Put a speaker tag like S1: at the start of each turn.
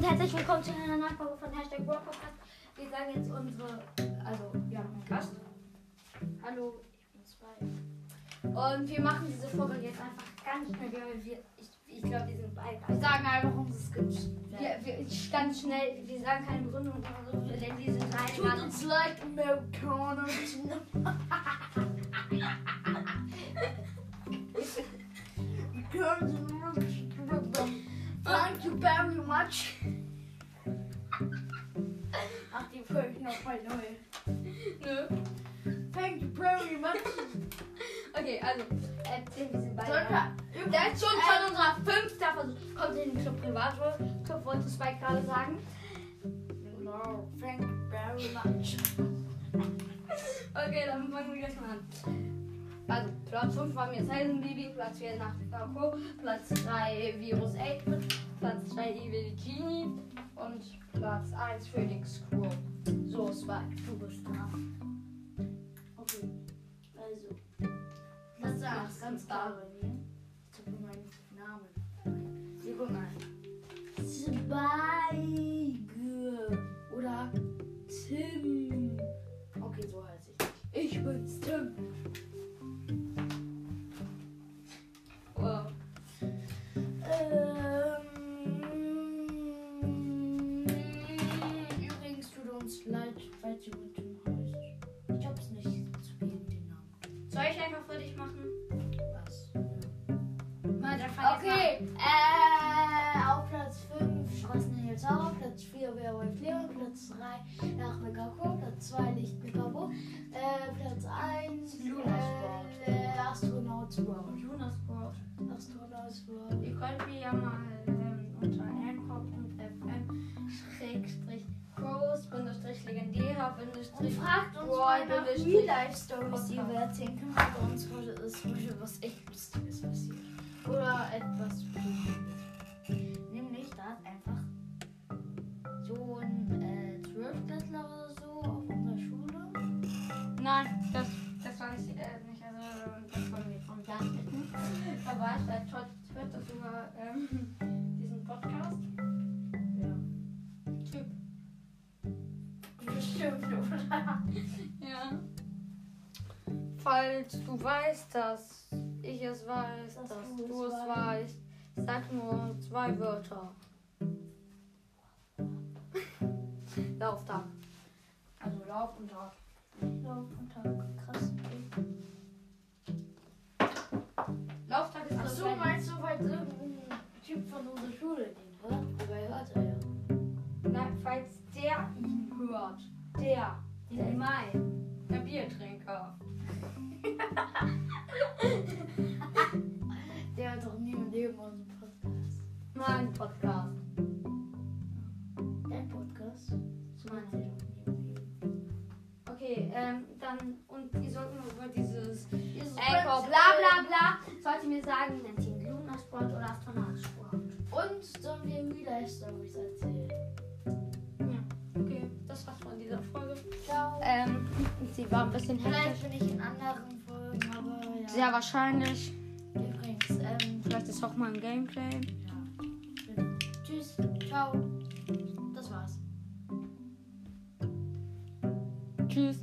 S1: Herzlich willkommen zu einer Nachfolge von Hashtag Brawl Podcast. Wir sagen jetzt unsere, also wir haben einen Gast. Hallo, ich bin zwei. Und wir machen diese Folge jetzt einfach ganz schnell. Wir, haben- wir, ich ich glaube, wir sind beide.
S2: Wir sagen einfach unsere Skripts.
S1: Wir, wir, ich- ganz schnell, wir sagen keine Begründung, sondern so, denn wir sind
S2: Tut
S1: rein.
S2: uns leid, Amerikaner. Girls and Thank you very much. Ach, die Folge nochmal neu.
S1: Nö.
S2: Ne? Thank you very much.
S1: Okay, also, äh, wir sind beide.
S2: Sollen wir
S1: Das ist schon von unserer fünfter Versuch. Kommt in den Club Privatwohl. Club wollte Spike gerade sagen.
S2: ähm, No, thank you very much.
S1: Okay, dann fangen wir gleich mal an. Also, Platz 5 war mir Silent Baby, Platz 4 nach Coco, Platz 3 Virus 8, Platz 2 Evil Genie und Platz 1 Phoenix Crow. So, Spike, du bist dran.
S2: Okay, also.
S1: Das
S2: Das
S1: ist
S2: ist ganz klar bei mir. Ich habe meinen Namen.
S1: Wir gucken mal.
S2: Zweige Äh, oder Tim. Okay, so heiße ich. Ich bin's Tim.
S1: Wow.
S2: Ähm, übrigens tut uns leid, falls ihr mit Tim heißt. Ich hab's nicht zu geben, den Namen.
S1: Soll ich einfach für dich machen?
S2: Was?
S1: Mal, dann fang jetzt
S2: Okay, äh, auf Platz 5 Straßenheld Tower, Platz 4 Werwolf Leo, Platz 3 nach Megako, Platz 2 Licht Megabo, äh, Platz 1
S1: Lunas
S2: äh, Astronauts
S1: mal an.
S2: World.
S1: Jonas Crow.
S2: Astronauts World.
S1: Ihr könnt mir ja mal ähm, unter anchor.fm-groß-legendärer-groß.
S2: Und fragt uns
S1: Brawl
S2: mal nach
S1: Division
S2: Real Life Stories, die
S1: Podcast.
S2: wir erzählen können, weil bei uns heute ist heute was echt Lustiges passiert. Oder etwas Lustiges. Nämlich, da hat einfach so ein äh, Zwölfklässler oder so auf unserer Schule.
S1: Nein, das, das war nicht, äh, nicht also, das war mir von Jan bitten. Aber ich weiß, Todd hört das über ähm, diesen Podcast.
S2: Ja.
S1: Typ.
S2: Bestimmt, oder?
S1: Ja. Falls du weißt, dass ich es weiß,
S2: Dass
S1: dass
S2: du
S1: du
S2: es
S1: es weißt, sag nur zwei Wörter. Lauf da. Also lauf und da.
S2: Lauf und Tag, krass.
S1: Lauftag ist
S2: Ach
S1: das
S2: so,
S1: Rennen.
S2: meinst du, weil irgendein Typ von unserer Schule den hört? Aber er hört er ja.
S1: Nein, falls der ihn hört. Der. Der Mein. Der Biertrinker.
S2: Der hat doch nie im Leben unseren Podcast.
S1: Mein Podcast.
S2: Dein Podcast? So hat er doch nie im Leben.
S1: Okay, ähm, dann, und ihr sollt nur über dieses
S2: Jesus
S1: Echo,
S2: Christ.
S1: bla bla bla, sollt ihr mir sagen, nennt ihr ihn Lunasport oder Astronautensport?
S2: Und sollen wir Real Life Stories erzählen?
S1: Ja, okay, das war's von dieser Folge.
S2: Ciao.
S1: Ähm, sie war ein bisschen
S2: Vielleicht
S1: heftig.
S2: bin ich in anderen Folgen, aber ja.
S1: Sehr wahrscheinlich.
S2: Übrigens, ähm,
S1: Vielleicht ist auch mal ein Gameplay.
S2: ja. Tschüss. Ciao. Das war's.
S1: Tschüss.